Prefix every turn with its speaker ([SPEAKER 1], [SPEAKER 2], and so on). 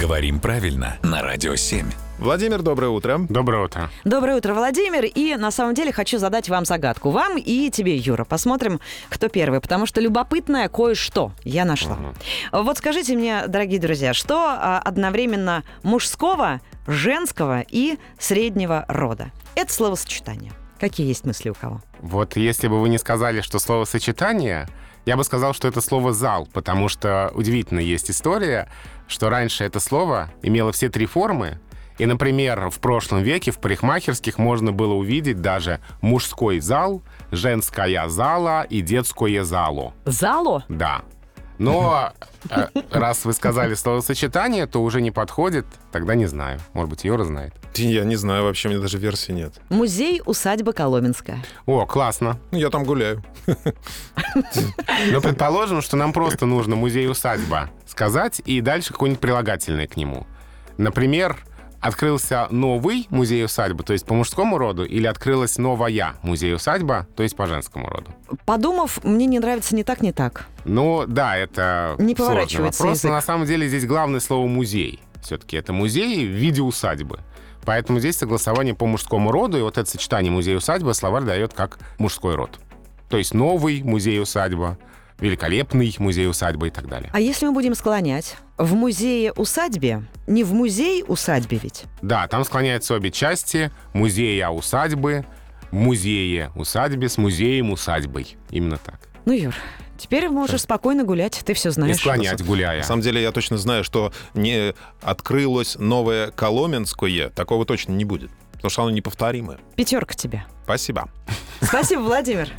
[SPEAKER 1] Говорим правильно на Радио 7.
[SPEAKER 2] Владимир, доброе утро.
[SPEAKER 3] Доброе утро.
[SPEAKER 4] Доброе утро, Владимир. И на самом деле хочу задать вам загадку. Вам и тебе, Юра. Посмотрим, кто первый. Потому что любопытное кое-что я нашла. Вот скажите мне, дорогие друзья, что а, одновременно мужского, женского и среднего рода? Это словосочетание. Какие есть мысли у кого?
[SPEAKER 3] Вот если бы вы не сказали, что словосочетание, я бы сказал, что это слово «зал», потому что удивительно есть история, что раньше это слово имело все три формы, и, например, в прошлом веке в парикмахерских можно было увидеть даже мужской зал, женская зала и детское зало.
[SPEAKER 4] Зало?
[SPEAKER 3] Да. Но э, раз вы сказали словосочетание, то уже не подходит, тогда не знаю. Может быть, Юра знает.
[SPEAKER 2] Я не знаю, вообще мне даже версии нет.
[SPEAKER 4] Музей-усадьба Коломенская.
[SPEAKER 3] О, классно.
[SPEAKER 2] Ну, Я там гуляю.
[SPEAKER 3] Но Ну, предположим, что нам просто нужно музей-усадьба сказать и дальше какое-нибудь прилагательное к нему. Например, открылся новый музей-усадьба, то есть по мужскому роду, или открылась новая музей-усадьба, то есть по женскому роду.
[SPEAKER 4] Подумав, мне не нравится ни так, ни так.
[SPEAKER 3] Ну, да, это
[SPEAKER 4] Не
[SPEAKER 3] сложный
[SPEAKER 4] поворачивается
[SPEAKER 3] вопрос, но
[SPEAKER 4] язык.
[SPEAKER 3] на самом деле здесь главное слово «музей». Все-таки это музей в виде усадьбы. Поэтому здесь согласование по мужскому роду, и вот это сочетание музей-усадьба словарь дает как мужской род. То есть новый музей-усадьба, великолепный музей-усадьба и так далее.
[SPEAKER 4] А если мы будем склонять в музее-усадьбе, не в музей-усадьбе ведь,
[SPEAKER 3] Да, там склоняются обе части музея усадьбы, музее усадьбе с музеем усадьбой. Именно так.
[SPEAKER 4] Ну, Юр, теперь можешь спокойно гулять, ты все
[SPEAKER 3] Не
[SPEAKER 4] знаешь.
[SPEAKER 3] склонять, гуляя.
[SPEAKER 2] На самом деле я точно знаю, что не открылось новое Коломенское. Такого точно не будет. Потому что оно неповторимое.
[SPEAKER 4] Пятерка тебе.
[SPEAKER 2] Спасибо.
[SPEAKER 4] Спасибо, Владимир.